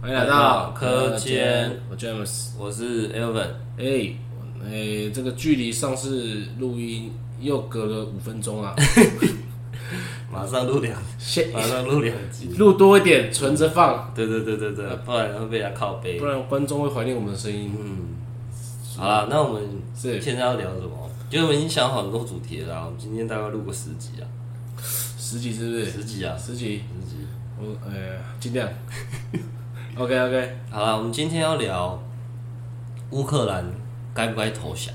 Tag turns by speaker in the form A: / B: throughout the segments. A: 欢迎来到
B: 科间，
A: 我 James。
B: 我是 Elvin，
A: 哎、哎、这个距离上次录音又隔了五分钟 啊，
B: 马上录两，
A: 先
B: 马上录两集。
A: 录多一点，存着放，
B: 对对对对对，不然会被人家靠背
A: 嗯不。然观众会怀念我们的声音。
B: 嗯，好啦，那我们
A: 是
B: 现在要聊什么？就我们已经想好很多主题了啦，我们今天大概录个十集啊，
A: 十集是不是？
B: 十集啊，
A: 十集，
B: 十集。
A: 我呃尽量。OK OK，
B: 好啦，我们今天要聊乌克兰该不该投降？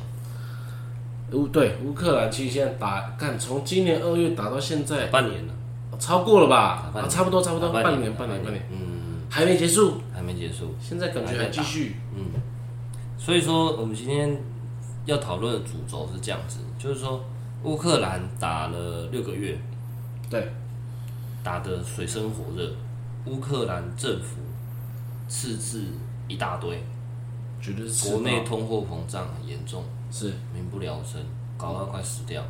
A: 乌对乌克兰其实现在打，看从今年二月打到现在，
B: 半年了，
A: 超过了吧
B: 打？半
A: 啊，
B: 年
A: 差不多差不多，
B: 打
A: 半年半
B: 半
A: 年半年，
B: 年，嗯，
A: 还没结束，
B: 还没结束。
A: 现在感觉
B: 还
A: 还
B: 在
A: 继
B: 打
A: 续。
B: 所以说，我们今天要讨论的主轴是这样子，就是说乌克兰打了六个月，
A: 对，
B: 打得水深火热，乌克兰政府赤字一大堆，
A: 绝对是
B: 国内通货膨胀很严重，
A: 是
B: 民不聊生，搞到快死掉。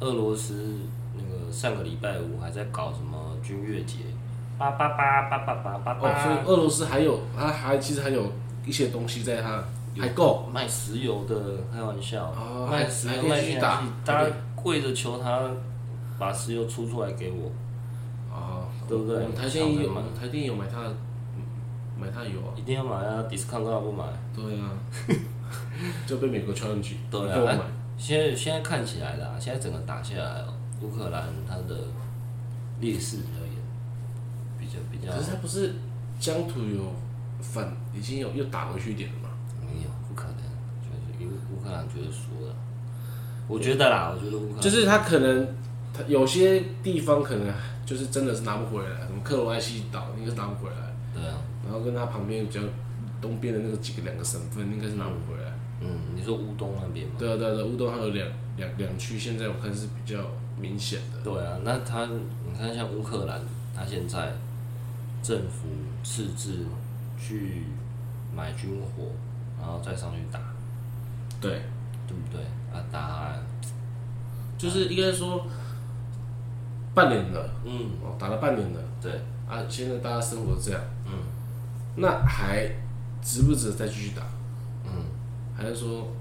B: 俄罗斯那个上个礼拜五还在搞什么军乐节，叭叭叭叭叭叭叭
A: 哦，所以
B: 叭，
A: 俄罗斯还有，它还其实还有一些东西在它还够，
B: 哦卖石油的开玩笑
A: 哦，
B: 卖
A: 还
B: 石
A: 还
B: 油
A: 可以
B: 卖
A: 继续
B: 天
A: 打
B: 然气，大家跪着求他把石油出出来给我。
A: 哦，
B: 对不对
A: 我们台电也有，
B: 抢着买
A: 我们台电有买它的，买它的油啊，
B: 一定要买啊！discount 干嘛不买？
A: 对啊， 就被美国 challenge，
B: 对啊
A: 给我
B: 哎
A: 买，
B: 现在现在看起来啦，现在整个打下来哦，乌克兰它的劣势而言，比较比较
A: 可是它不是疆土有反，已经有又打回去一点了嘛？
B: 没有不可能，就是因为乌克兰觉得输了。我觉得啦，我觉得乌克兰
A: 就是它可能，它有些地方可能就是真的是拿不回来，什么克罗埃西岛应该是拿不回来，
B: 对啊，
A: 然后跟它旁边比较东边的那个几个两个省份应该是拿不回来。
B: 嗯，你说乌东那边吗？
A: 对啊对啊对啊，乌东还有两两两区，现在我看是比较明显的。
B: 对啊，那他你看像乌克兰，他现在政府赤字去买军火，然后再上去打，
A: 对，
B: 对不对？啊，打，
A: 就是应该说半年了，
B: 嗯，
A: 哦，打了半年了
B: 对，
A: 啊，现在大家生活这样，
B: 嗯，
A: 那还值不值得再继续打？
B: 嗯，
A: 还是说，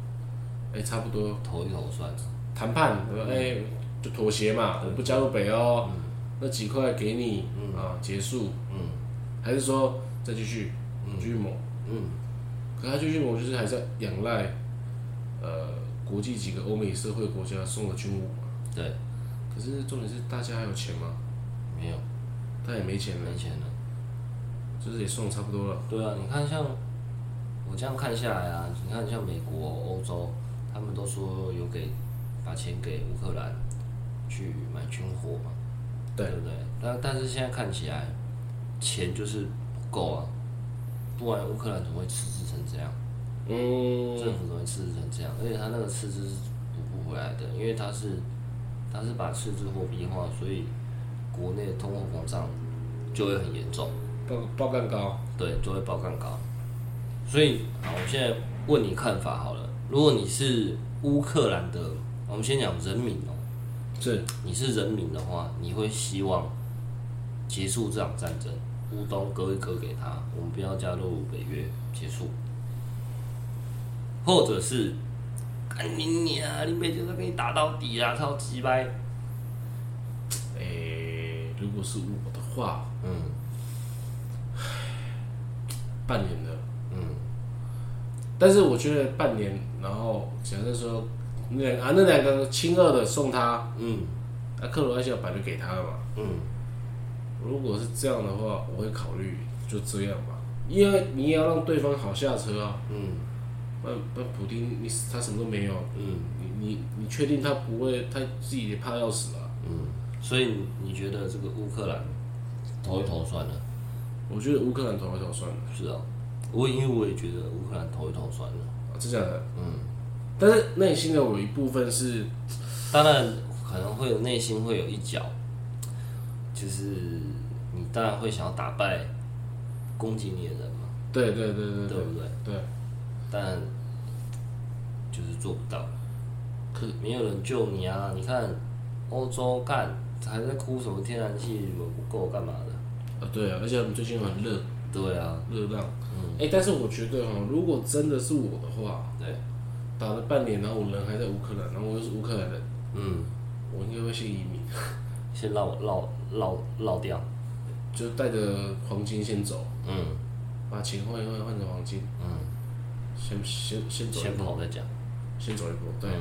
A: 哎、差不多
B: 投一投算了，
A: 谈判，对吧哎、就妥协嘛，我不加入北欧，那几块给你，啊，结束，
B: 嗯
A: 还是说再继续，继续猛？
B: 嗯，
A: 可他军训我就是还在仰赖，呃，国际几个欧美社会国家送的军武嘛。
B: 对，
A: 可是重点是大家还有钱吗？
B: 没有
A: 他也没钱了
B: 没，钱了。
A: 就是也送得差不多了。
B: 对啊，你看像我这样看下来啊，你看像美国、欧洲，他们都说有给把钱给乌克兰去买军火嘛，
A: 对
B: 不对？但但是现在看起来钱就是不够啊，不然乌克兰怎么会赤字成这样？
A: 嗯，
B: 政府怎么会赤字成这样？而且他那个赤字是补不回来的，因为他是他是把赤字货币化，所以国内的通货膨胀就会很严重。
A: 爆爆蛋糕，
B: 对，就会爆更高。所以，好，我现在问你看法好了。如果你是乌克兰的，我们先讲人民哦、
A: 是
B: 你是人民的话，你会希望结束这场战争，乌东割一割给他，我们不要加入北约，结束，或者是干你娘，你妹就是跟你打到底啊，超级掰。
A: 哎、如果是我的话，
B: 嗯
A: 半年了。
B: 嗯，
A: 但是我觉得半年，然后假设说那两啊那两个亲二的送他，
B: 嗯
A: 那、克罗埃西亚本来就给他了嘛。
B: 嗯，
A: 如果是这样的话，我会考虑就这样吧，因为你也要让对方好下车啊。
B: 嗯
A: 那那普丁你他什么都没有，
B: 嗯
A: 你你你确定他不会他自己也怕要死啊？
B: 嗯，所以你觉得这个乌克兰投一投算了？
A: 我觉得乌克兰投一投算了，
B: 是啊，我因为我也觉得乌克兰投一投算了。
A: 啊真假的？
B: 嗯，
A: 但是内心的我一部分是，
B: 当然可能会有内心会有一角，就是你当然会想要打败攻击你的人嘛，
A: 对对对对
B: 对
A: 对
B: 不对？
A: 对，
B: 但就是做不到，
A: 可
B: 没有人救你啊！你看欧洲干还在哭什么天然气什么不够干嘛的，
A: 啊对啊，而且我们最近又很热，
B: 对啊，
A: 热浪。
B: 嗯，
A: 哎、但是我觉得哈，如果真的是我的话，
B: 对，
A: 打了半年，然后我人还在乌克兰，然后我又是乌克兰人，
B: 嗯，
A: 我应该会先移民，
B: 先绕绕绕绕掉，
A: 就带着黄金先走，
B: 嗯
A: 把钱换一换，换成黄金，
B: 嗯，
A: 先先先走一
B: 先
A: 步，
B: 跑再讲，
A: 先走一步。对，
B: 嗯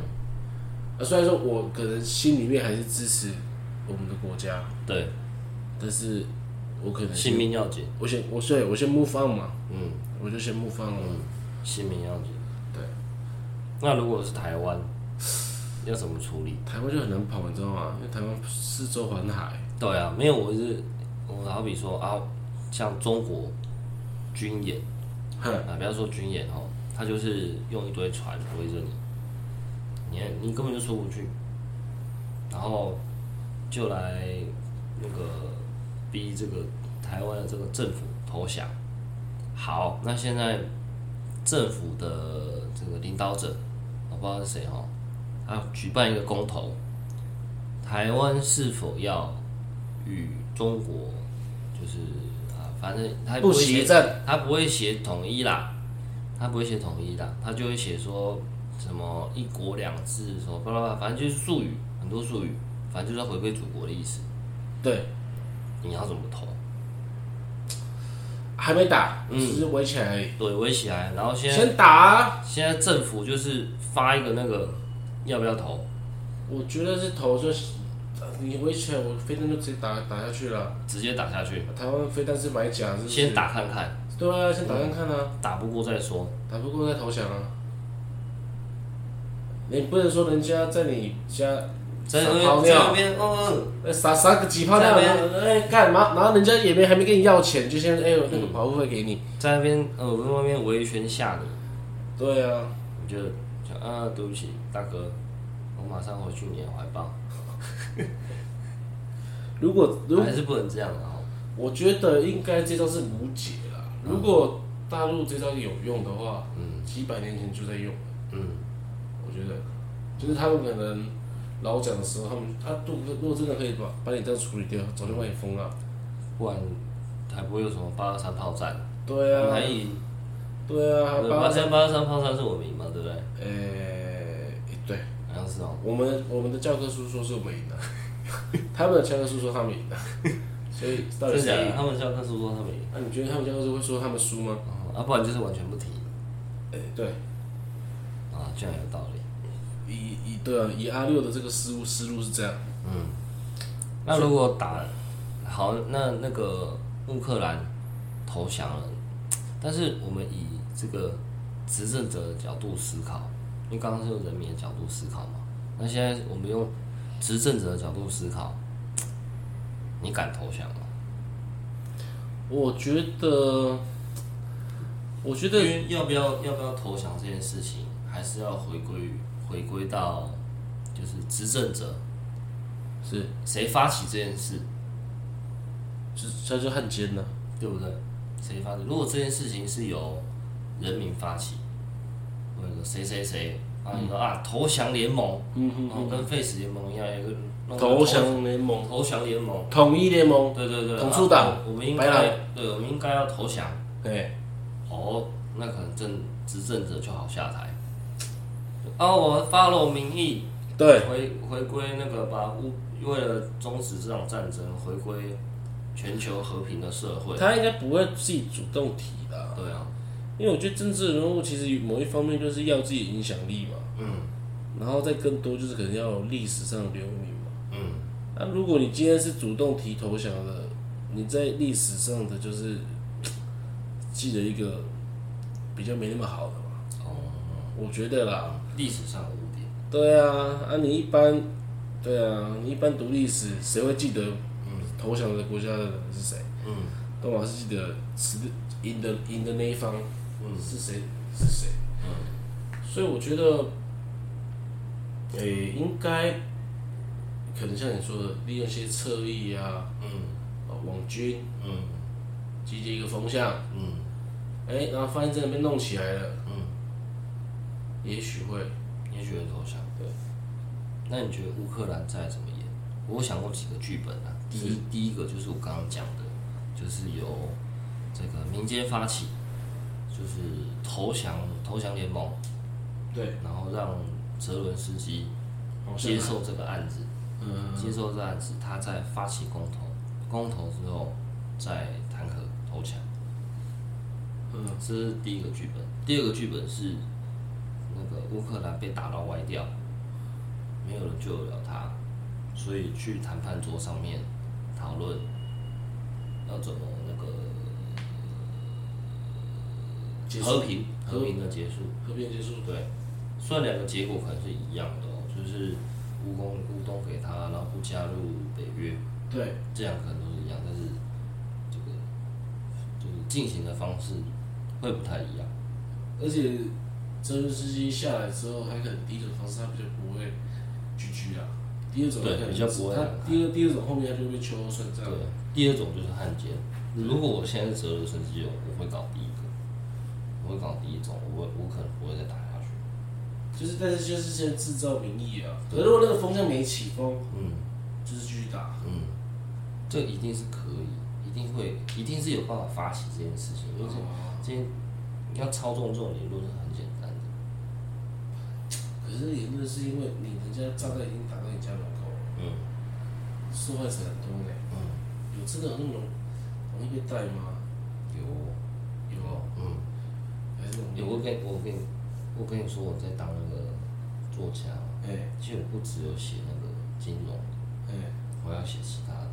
A: 啊，虽然说我可能心里面还是支持我们的国家，
B: 对，
A: 但是我可能先
B: 性命要紧，
A: 我先我对我先 move on 嘛，
B: 嗯
A: 我就先 move on 了。
B: 嗯，性命要紧。
A: 对，
B: 那如果是台湾，要怎么处理？
A: 台湾就很难跑，你知道吗？因为台湾四周环海，
B: 对啊，没有，我是我好比说啊，像中国军演
A: 哼，
B: 啊，不要说军演哦，他就是用一堆船围着你，你你根本就出不去，然后就来那个逼这个台湾的这个政府投降。好，那现在政府的这个领导者，我不知道是谁哦，他举办一个公投，台湾是否要与中国，就是啊，反正他
A: 不
B: 会
A: 协
B: 写
A: 战，
B: 他不会写统一啦，他不会写统一啦，他就会写说什么一国两制，什么巴拉巴拉，反正就是术语，很多术语，反正就是要回归祖国的意思。
A: 对，
B: 你要怎么投？
A: 还没打，
B: 嗯
A: 只是围起来而已，
B: 对，围起来，然后现在
A: 先打啊、
B: 现在政府就是发一个那个要不要投？
A: 我觉得是投就是，呃你围起来，我飞弹就直接打打下去了。
B: 直接打下去，
A: 台湾飞弹是买假，是不是
B: 先。打看看，
A: 对啊，先打看看啊，
B: 打不过再说。
A: 打不过再投降啊。你不能说人家在你家
B: 在
A: 撒
B: 那
A: 泡
B: 边在那
A: 尿，
B: 边，嗯，
A: 呃撒撒个几泡尿，
B: 在
A: 然
B: 那
A: 后哎干嘛？然后人家也没还没跟你要钱，就先哎呦那个保护费给你。
B: 嗯在那边，呃，我在外面围一圈吓你，
A: 对啊，
B: 你就想啊，对不起，大哥，我马上回去你的怀抱。
A: 如果如
B: 还是不能这样啊！
A: 我觉得应该这招是无解啦。如果大陆这招有用的话，
B: 嗯
A: 几百年前就在用了。
B: 嗯，
A: 我觉得，就是他们可能老蒋的时候，他们他如果如果真的可以把把你这样处理掉，早就把你封了。
B: 不然还不会有什么八二三炮战。
A: 对
B: 还
A: 啊，
B: 以
A: 对啊，
B: 八
A: 把
B: 二三八二三炮战是我名嘛，对不对？
A: 呃、对，
B: 好像是哦。
A: 我们我们的教科书说是我们 赢的，他们的教科书说他们赢的，所以到底
B: 真
A: 谁啊
B: 假的？
A: 赢？
B: 他们教科书说他们赢，
A: 那、你觉得他们教科书会说他们输吗？
B: 哦啊，不然就是完全不提
A: 哎、对，
B: 啊，这样有道理。
A: 以以对啊，以阿六的这个思路思路是这样。
B: 嗯，那如果打好，那那个乌克兰投降了，但是我们以这个执政者的角度思考，因为刚刚是用人民的角度思考嘛，那现在我们用执政者的角度思考，你敢投降吗？
A: 我觉得，我觉
B: 因
A: 得
B: 为要不要要不要投降这件事情，还是要回归于回归到就是执政者
A: 是，
B: 谁发起这件事，
A: 这这就汉奸了。
B: 对不对？谁发起？如果这件事情是由人民发起，那个谁谁谁，然后你说啊，投降联盟，
A: 嗯
B: 然后跟 Face 联盟一样，有个那个
A: 投降联盟、
B: 投降联盟，
A: 统一联盟，
B: 对对对，
A: 统促党
B: 啊我们应
A: 白
B: 该对，我们应该要投降。
A: 对，
B: 哦，那可能政执政者就好下台。啊，我 follow 民意，
A: 对，
B: 回回归那个把乌为了终止这场战争，回归全球和平的社会。
A: 他应该不会自己主动提的啊，
B: 对啊，
A: 因为我觉得政治人物其实某一方面就是要自己影响力嘛，
B: 嗯
A: 然后再更多就是可能要有历史上的留名嘛。
B: 嗯。
A: 那、如果你今天是主动提投降的，你在历史上的就是记得一个比较没那么好的嘛，
B: 哦，
A: 我觉得啦。
B: 历史上的污点，
A: 对啊，啊，你一般，对啊，你一般读历史，谁会记得嗯投降的国家的人是谁？
B: 嗯
A: 都嘛是记得是赢的赢的那一方
B: 嗯
A: 是谁是谁。
B: 嗯，
A: 所以我觉得，诶、应该可能像你说的，利用一些侧翼啊，
B: 嗯
A: 呃网军
B: 嗯
A: 集结一个风向，
B: 嗯
A: 哎、然后发现真的被弄起来了，
B: 嗯，
A: 也许会
B: 也许会投降。
A: 对，
B: 那你觉得乌克兰在怎么演？嗯我有想过几个剧本啊。第一，第一个就是我刚刚讲的，就是由这个民间发起，就是投降投降联盟，
A: 对，
B: 然后让泽伦斯基
A: 好像
B: 接受这个案子，接
A: 嗯，
B: 受这个案子，他在发起公投，公投之后再弹劾投降，
A: 嗯
B: 这是第一个剧本。第二个剧本是那个乌克兰被打到歪掉，没有人救得了他，所以去谈判桌上面讨论要怎么那个
A: 结束嗯
B: 和平和平的结束。
A: 和平结束，
B: 对，虽然两个结果可能是一样的、哦，就是乌东乌东给他，然后不加入北约，
A: 对，
B: 这样可能都是一样，但是这个就是进行的方式会不太一样。
A: 而且泽连斯基下来之后，他可能第一种方式他比较不会狙狙啊，第二种他
B: 对
A: 可能
B: 比较不会啊
A: 他第二第二种后面他就会被秋后算
B: 对啊
A: 账，，
B: 第二种就是汉奸。如果我现在是折了神机友，我会搞第一个，我会搞第一种，我会我可能不会再打下去。
A: 就是但是就是先制造民意啊，可是如果那个风向没起风，
B: 嗯
A: 就是继续打，
B: 嗯，这一定是可以，一定会，一定是有办法发起这件事情，因为这
A: 哦
B: 今天你要操纵这种理论是很简单的。
A: 可是言论是因为你人家炸弹已经打到你家门口了，
B: 嗯
A: 受害者很多呢，
B: 嗯，
A: 有真的有那么容容易被带吗？
B: 有
A: 有
B: 有
A: 哦，
B: 嗯，
A: 还是
B: 有哦
A: 容易
B: 我跟我跟你我跟你说我在当那个作家，
A: 哎
B: 其实我不只有写那个金融，
A: 哎，
B: 我要写其他的。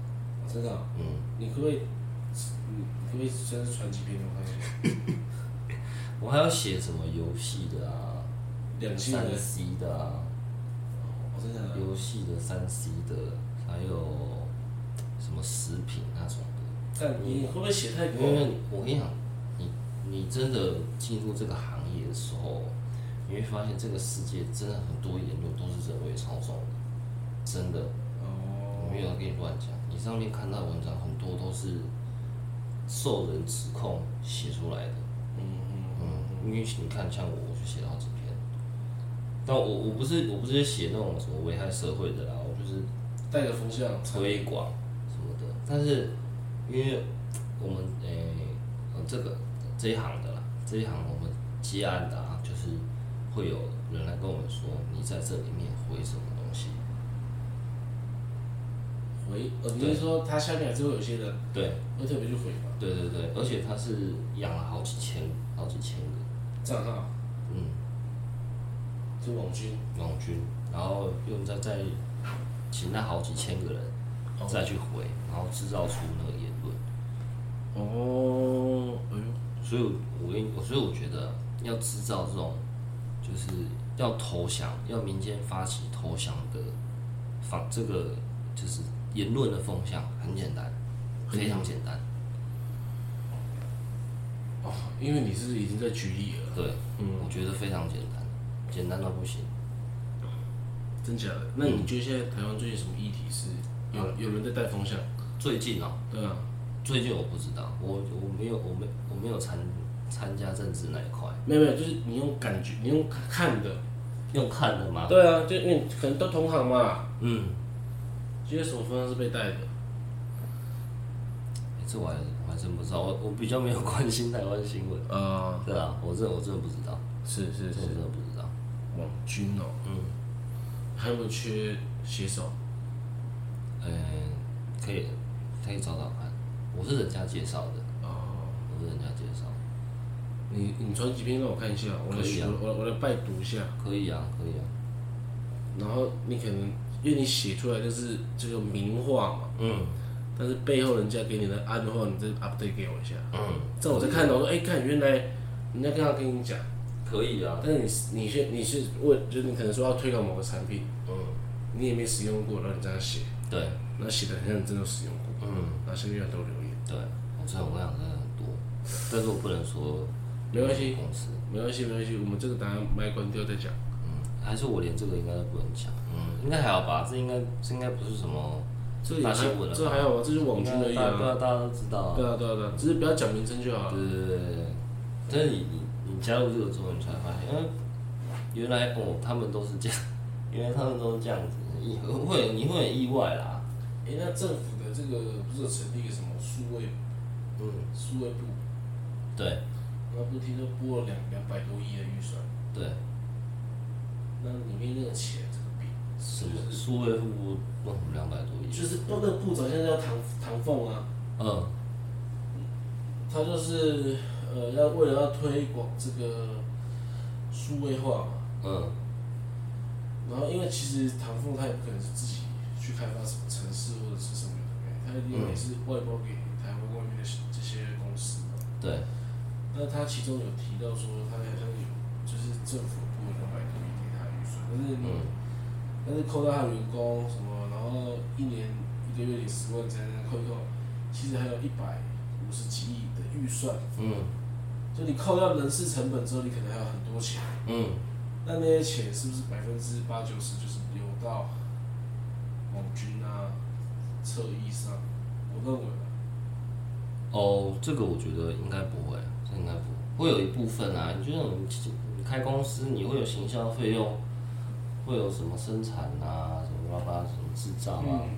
A: 真的啊，
B: 嗯，
A: 你可不可以，你你可不可以先传几篇给我看一下？
B: 我还要写什么游戏的啊，
A: 两性
B: 三
A: 的，嗯
B: C 的啊，
A: 我真的
B: 游戏的三 C 的，还有什么食品那种的。
A: 但你会不会写太
B: 因
A: 多？
B: 为我跟你讲，你你真的进入这个行业的时候，你会发现这个世界真的很多言论都是人为操纵的，真的，我没
A: 哦，
B: 有跟你乱讲。你上面看到的文章很多都是受人指控写出来的，
A: 嗯嗯
B: 嗯，因为你看像我，我就写了好几篇，但我我不是我不是写那种什么危害社会的啦，我就是
A: 嗯，带个风向，
B: 推广什么的，但是因为我们诶、呃这个这一行的啦，这一行我们接案的啊，就是会有人来跟我们说，你在这里面回什么东西？
A: 回，呃，你
B: 对
A: 是说他下面还是会有些人
B: 对
A: 会特别去回嘛？
B: 对对对，而且他是养了好几千好几千个，
A: 账号，
B: 嗯，
A: 就网军，
B: 网军，然后又再再请那好几千个人再去回，然后制造出那个言论。
A: 哦，哎呦，
B: 所以我，我跟我所以我觉得要制造这种，就是要投降，要民间发起投降的方，这个就是言论的风向很简单，
A: 很
B: 非常简单。
A: 哦，因为你是已经在举例了，
B: 对，
A: 嗯，
B: 我觉得非常简单，简单到不行。
A: 真假的？那你觉得现在台湾最近什么议题是有有人在带风向？
B: 最近啊，
A: 对啊，
B: 最近我不知道，我我没有我没我没有参参加政治那一块，
A: 没有没有，就是你用感觉，你用看的，
B: 用看的吗？
A: 对啊，就因为可能都同行嘛，
B: 嗯，
A: 觉得什么风向是被带的？
B: 欸这我还我还真不知道，我我比较没有关心台湾新闻。
A: 啊，
B: 对啊，我真的我真的不知道，
A: 是是
B: 这我真的不知道。
A: 网军哦，
B: 嗯。
A: 还有没有缺写手？
B: 嗯，可以，可以找找看。我是人家介绍的，
A: 哦，
B: 我是人家介绍，
A: 你你传几篇让我看一下，我来
B: 可以啊
A: 我来我来拜读一下。
B: 可以啊，可以啊。
A: 然后你可能因为你写出来就是这个名画嘛，
B: 嗯
A: 但是背后人家给你的暗号，你再 update 给我一下。
B: 嗯，
A: 这我在看到，我说哎，看原来人家刚刚跟你讲，
B: 可以啊。
A: 但是你你是你是为就是你可能说要推广某个产品，
B: 嗯，
A: 你也没使用过，然后你这样写，
B: 对，
A: 那写的很像你真的使用过，
B: 嗯
A: 然后下面有很多留言，
B: 对，我知道我想真的很多，但是我不能说
A: 没关系，
B: 公司，
A: 没关系没关系，我们这个答案麦关掉再讲。
B: 嗯，还是我连这个应该都不能讲。嗯，应该还好吧？这应该这应该不是什么，
A: 这也
B: 大
A: 还
B: 新闻了吧
A: 这还好吧，啊这就是网
B: 应
A: 军
B: 该
A: 而已
B: 大
A: 啊。
B: 大大家都知道啊。
A: 对啊对啊对啊，只是不要讲名称就好
B: 对
A: 了。
B: 对对对对，但是你你你加入这个之后，你才发现，嗯，原来哦，他们都是这样，原来他们都是这样子，你会你会很意外啦。
A: 哎、那政府的这个不是有成立一个什么数位
B: 嗯，
A: 数位部，
B: 对
A: 那部剧都拨了两两百多亿的预算，
B: 对，
A: 那里面那个钱这个比
B: 什么数位互补弄两百多亿，
A: 就是那个部长现在叫唐唐凤啊，
B: 嗯
A: 他就是呃要为了要推广这个数位化嘛，
B: 嗯
A: 然后因为其实唐凤他也不可能是自己去开发什么城市或者是什么有的没的，他一定也是外包给台湾外面的这些公司嘛。
B: 对，
A: 那他其中有提到说，他好像有就是政府拨了两百多亿给他预算，但是你、
B: 嗯
A: 但是扣到他员工什么，然后一年一个月领十万这样扣一扣，其实还有一百五十几亿的预算，
B: 嗯
A: 就你扣掉人事成本之后，你可能还有很多钱。
B: 嗯
A: 那那些钱是不是百分之八九十就是流到网军啊、侧翼上？我认为啊，
B: 哦，这个我觉得应该不会，这应该不会，会有一部分啊，你就像你你开公司，你会有行销费用，会有什么生产啊，什么巴拉巴拉什么制造啊，
A: 嗯，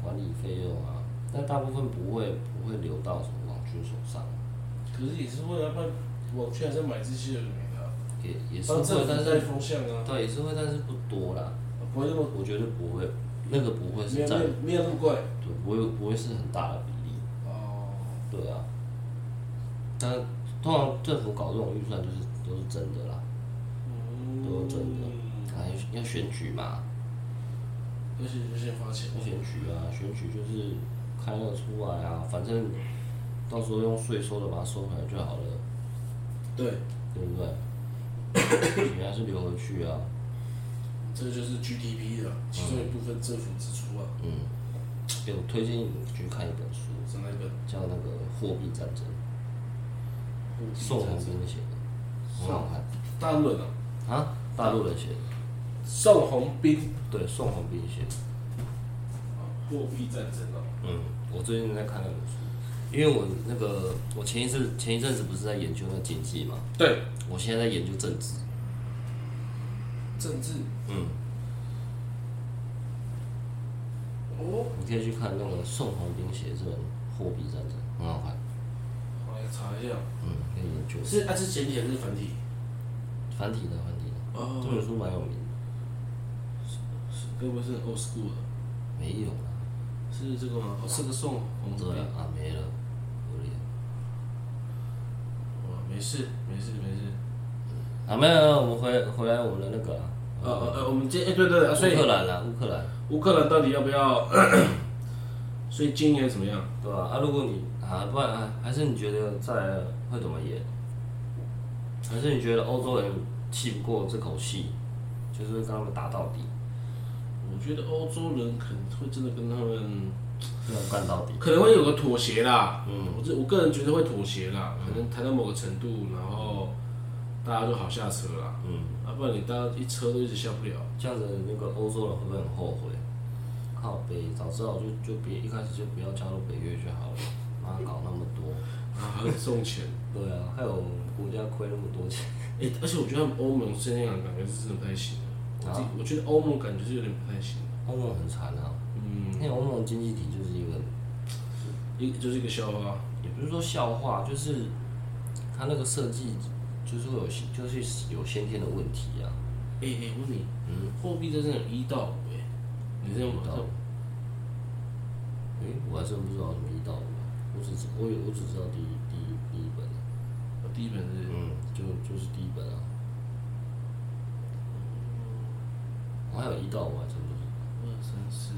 B: 管理费用啊，但大部分不会不会流到什么网军手上，
A: 可是也是为了办网军还是买这些有的没的啊，
B: 也也是
A: 帮政
B: 会，但
A: 府带
B: 是
A: 风向啊，
B: 对也是会，但是不多啦，
A: 不会那么
B: 我觉得不会，那个不会
A: 没
B: 是
A: 有没
B: 占
A: 有没有那么怪
B: 对，不会不会是很大的比例，
A: 哦。
B: 对啊。但通常政府搞这种预算就是都是真的啦，
A: 嗯
B: 都是真的，啊要要选举嘛，
A: 而且就先发钱
B: 要，选举啊，选举就是开那个出来啊，反正到时候用税收的把它收回来就好了，
A: 对，
B: 对不对？ 钱还是流回去啊，
A: 这个就是 GDP 的其中一部分政府支出啊，
B: 嗯。哎我推荐你去看一本书，
A: 是那个
B: 叫那个《货币战争》，宋鸿兵写的，很好看
A: 大陆人啊，
B: 啊，大陆人写的。
A: 宋鸿兵
B: 对，宋鸿兵写的。
A: 啊货币战争啊，
B: 嗯，我最近在看那本书，因为我那个我前一阵前一阵子不是在研究那个经济嘛，
A: 对，
B: 我现在在研究政治。
A: 政治
B: 嗯，
A: 哦，
B: 你可以去看那个宋鸿兵写的这本《货币战争》，很好看。
A: 我来查一下，
B: 嗯，可以研究。
A: 是啊是简体还是繁体？
B: 繁体的，繁体的，这本
A: 哦，
B: 书蛮有名的。
A: 是该不会是 old school 的？
B: 没有啦，
A: 是这个吗？哦，是个宋鸿
B: 对
A: 兵。
B: 啊，没了，可怜。
A: 哦，没事没事没事。
B: 啊，没有没有，我们回回来我们的那个啊，
A: 呃呃呃，我们今哎对对对，啊所以
B: 乌克兰啦，乌克兰，
A: 乌克兰到底要不要？ 所以今年怎么样？
B: 对吧？啊，如果你啊，不然啊，还是你觉得在会怎么演？还是你觉得欧洲人气不过这口气，就是跟他们打到底，
A: 我觉得欧洲人可能会真的跟他们
B: 跟他们干到底？
A: 可能会有个妥协啦。
B: 嗯
A: 我这我个人觉得会妥协啦，可能谈到某个程度，然后大家就好下车啦。
B: 嗯，
A: 要、不然你大家一车都一直下不了。
B: 这样子那个欧洲人会不会很后悔？靠北，早知道我就就别一开始就不要加入北约就好了，妈搞那么多。
A: 然后还啊会送 钱，
B: 对啊，还有我们国家亏那么多钱。
A: 哎、而且我觉得他们欧盟现在感觉是真的不太行了。我自己
B: 啊
A: 我觉得欧盟感觉是有点不太行了。
B: 欧盟很惨啊，
A: 嗯，
B: 那欧盟经济体就是一个
A: 一就是一个啊笑话。
B: 也不是说笑话，就是它那个设计就是会有先就是有先天的问题啊。
A: 哎、哎、我问你，
B: 嗯，
A: 货币在这有一到五、哎，你这样
B: 一到
A: 吗
B: 五？诶、我还真不知道什么一到五，我只知我有我只知道第一第一第一本，
A: 我啊第一本是
B: 嗯，就就是第一本啊。我还有一到五啊还真不知道，
A: 二三四，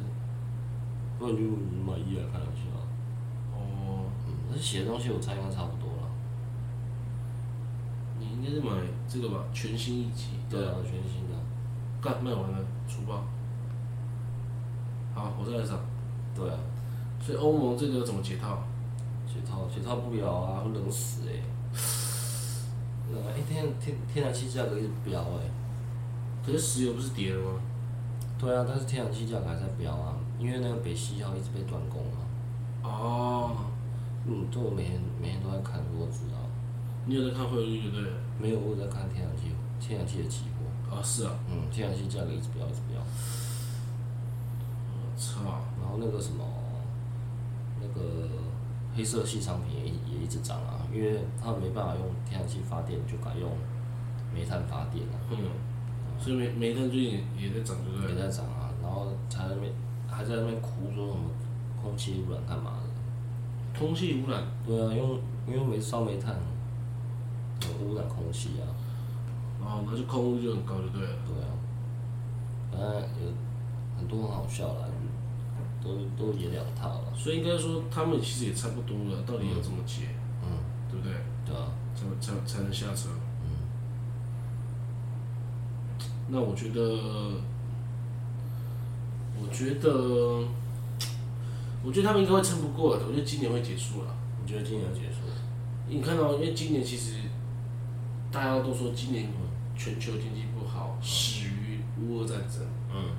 B: 不然就买一啊来看两下。
A: 哦，
B: 嗯，但是写的东西我猜应该差不多了。
A: 你应该是买这个吧，全新一集。
B: 对啊，全新的。
A: 干卖完了，出包。好，我再来找。
B: 对啊，
A: 所以欧盟这个怎么解套？啊
B: 解套解套不了啊，会冷死哎、欸。那哎、欸天天天然气价格一直飙哎、
A: 可是石油不是跌了吗？
B: 对啊，但是天然气价格还在飙啊，因为那个北溪号一直被断供啊。
A: 哦，
B: 嗯，这我每天每天都在看，我知道。
A: 你有在看汇率对不对？
B: 没有，我有在看天然气，天然气的期货。
A: 啊，是啊，
B: 嗯，天然气价格一直飙，一直飙。
A: 我操，
B: 然后那个什么，那个黑色系商品也一也一直涨啊，因为他们没办法用天然气发电，就改用煤炭发电啊了、
A: 嗯，所以煤煤炭最近也在涨，对不
B: 也
A: 对？
B: 在涨啊，然后才在那边还在那边哭说什么空气污染干嘛的？
A: 空气污染，
B: 对啊，因为因为煤烧煤炭有污染空气啊，
A: 然后那就空污就很高，就对了。
B: 对啊，反正有很多很好笑啦，都都也两套了，
A: 所以应该说他们其实也差不多了，到底要怎么解，
B: 嗯，
A: 对不对？
B: 对啊，
A: 才才才能下车。
B: 嗯，
A: 那我觉得，我觉得，我觉得他们应该会撑不过的。我觉得今年会结束了。
B: 你觉得今年结束？
A: 你看到、因为今年其实大家都说今年全球经济不好，始于乌俄战争，
B: 嗯，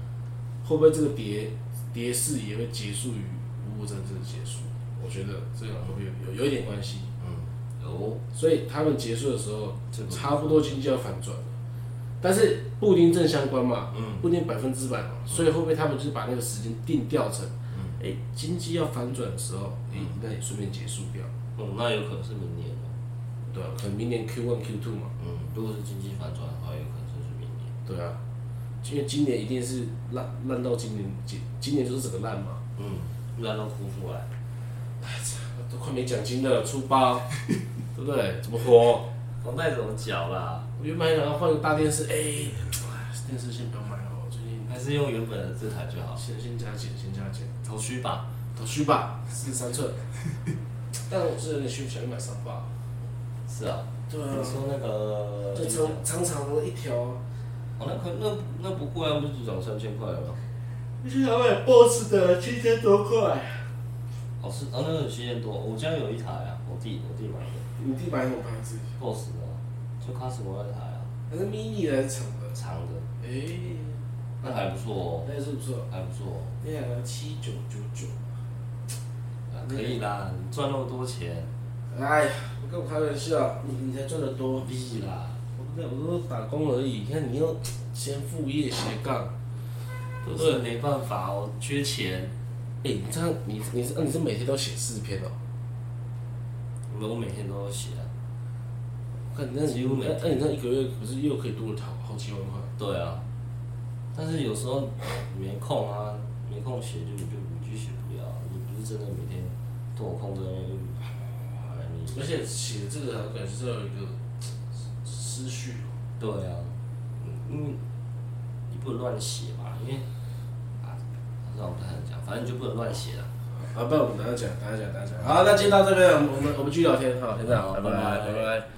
A: 会不会这个跌跌势也会结束于乌俄战争的结束？我觉得这个会不会有有有一点关系？
B: 有
A: 所以他们结束的时候，
B: 这个，
A: 差不多经济要反转了，但是不一定正相关嘛，
B: 嗯
A: 不一定百分之百嘛，所以会不会他们就是把那个时间定调成，哎、经济要反转的时候，哎、那也顺便结束掉，
B: 嗯，那有可能是明年了，
A: 对啊，可能明年 Q one Q two 嘛，
B: 嗯，如果是经济反转的话，有可能就是明年，
A: 对啊，因为今年一定是烂烂到今年今今年就是整个烂嘛，
B: 嗯，烂到哭出来，
A: 都快没奖金了，出 包，对不对？怎么活？
B: 房贷怎么缴啦？
A: 我原本还想要换个大电视，哎、电视先不要买哦，最近
B: 还是用原本的这台最好，
A: 先先加钱，先加钱。
B: 头须吧，
A: 头须吧，四十三寸， 但我是有点需求想买三八。
B: 是啊，
A: 对
B: 你说那个
A: 就长长长的一条啊。
B: 哦，那块那那不贵啊，不是只涨三千块了啊吗？
A: 你去想买 BOSS 的七千多块？
B: 哦是哦，那个七千多，我家有一台啊，我弟我弟买的
A: 你弟买什么牌子？
B: ，BOSS 的啊，就 Cosmo 那台啊，
A: 还是 mini 的还是长的？
B: 长的，
A: 哎、
B: 那还不错
A: 那也是不错啊
B: 哦，，还不错哦，
A: 那两个七九九九。
B: 啊可以啦，你赚那么多钱，
A: 哎呀，我跟我开玩笑，你你才赚得多。
B: 必啦，
A: 我不对，我都打工而已。你看你又先副业斜杠，对
B: 都
A: 不
B: 是
A: 对？
B: 没办法哦，缺钱，
A: 哎、你这样，你你是、啊、你是每天都写四篇哦？
B: 我每天都要写啊，
A: 看你那
B: 几乎每
A: 那那你那一个月不是又可以多了好好几万块？
B: 对啊，但是有时候呃没空啊，没空写就就你就写不了，你不是真的每天都有空在那边，哎你
A: 而且写这个感觉是要有一个思绪，
B: 对啊，因为你不能乱写嘛，因为啊，那我不太能讲，反正你就不能乱写了。
A: 啊，不然我们等一下讲，等一下讲，等一下讲。好，那今天到这边，我们我们继续聊天哈，先这样，
B: 好
A: 拜拜，
B: 拜拜
A: 拜拜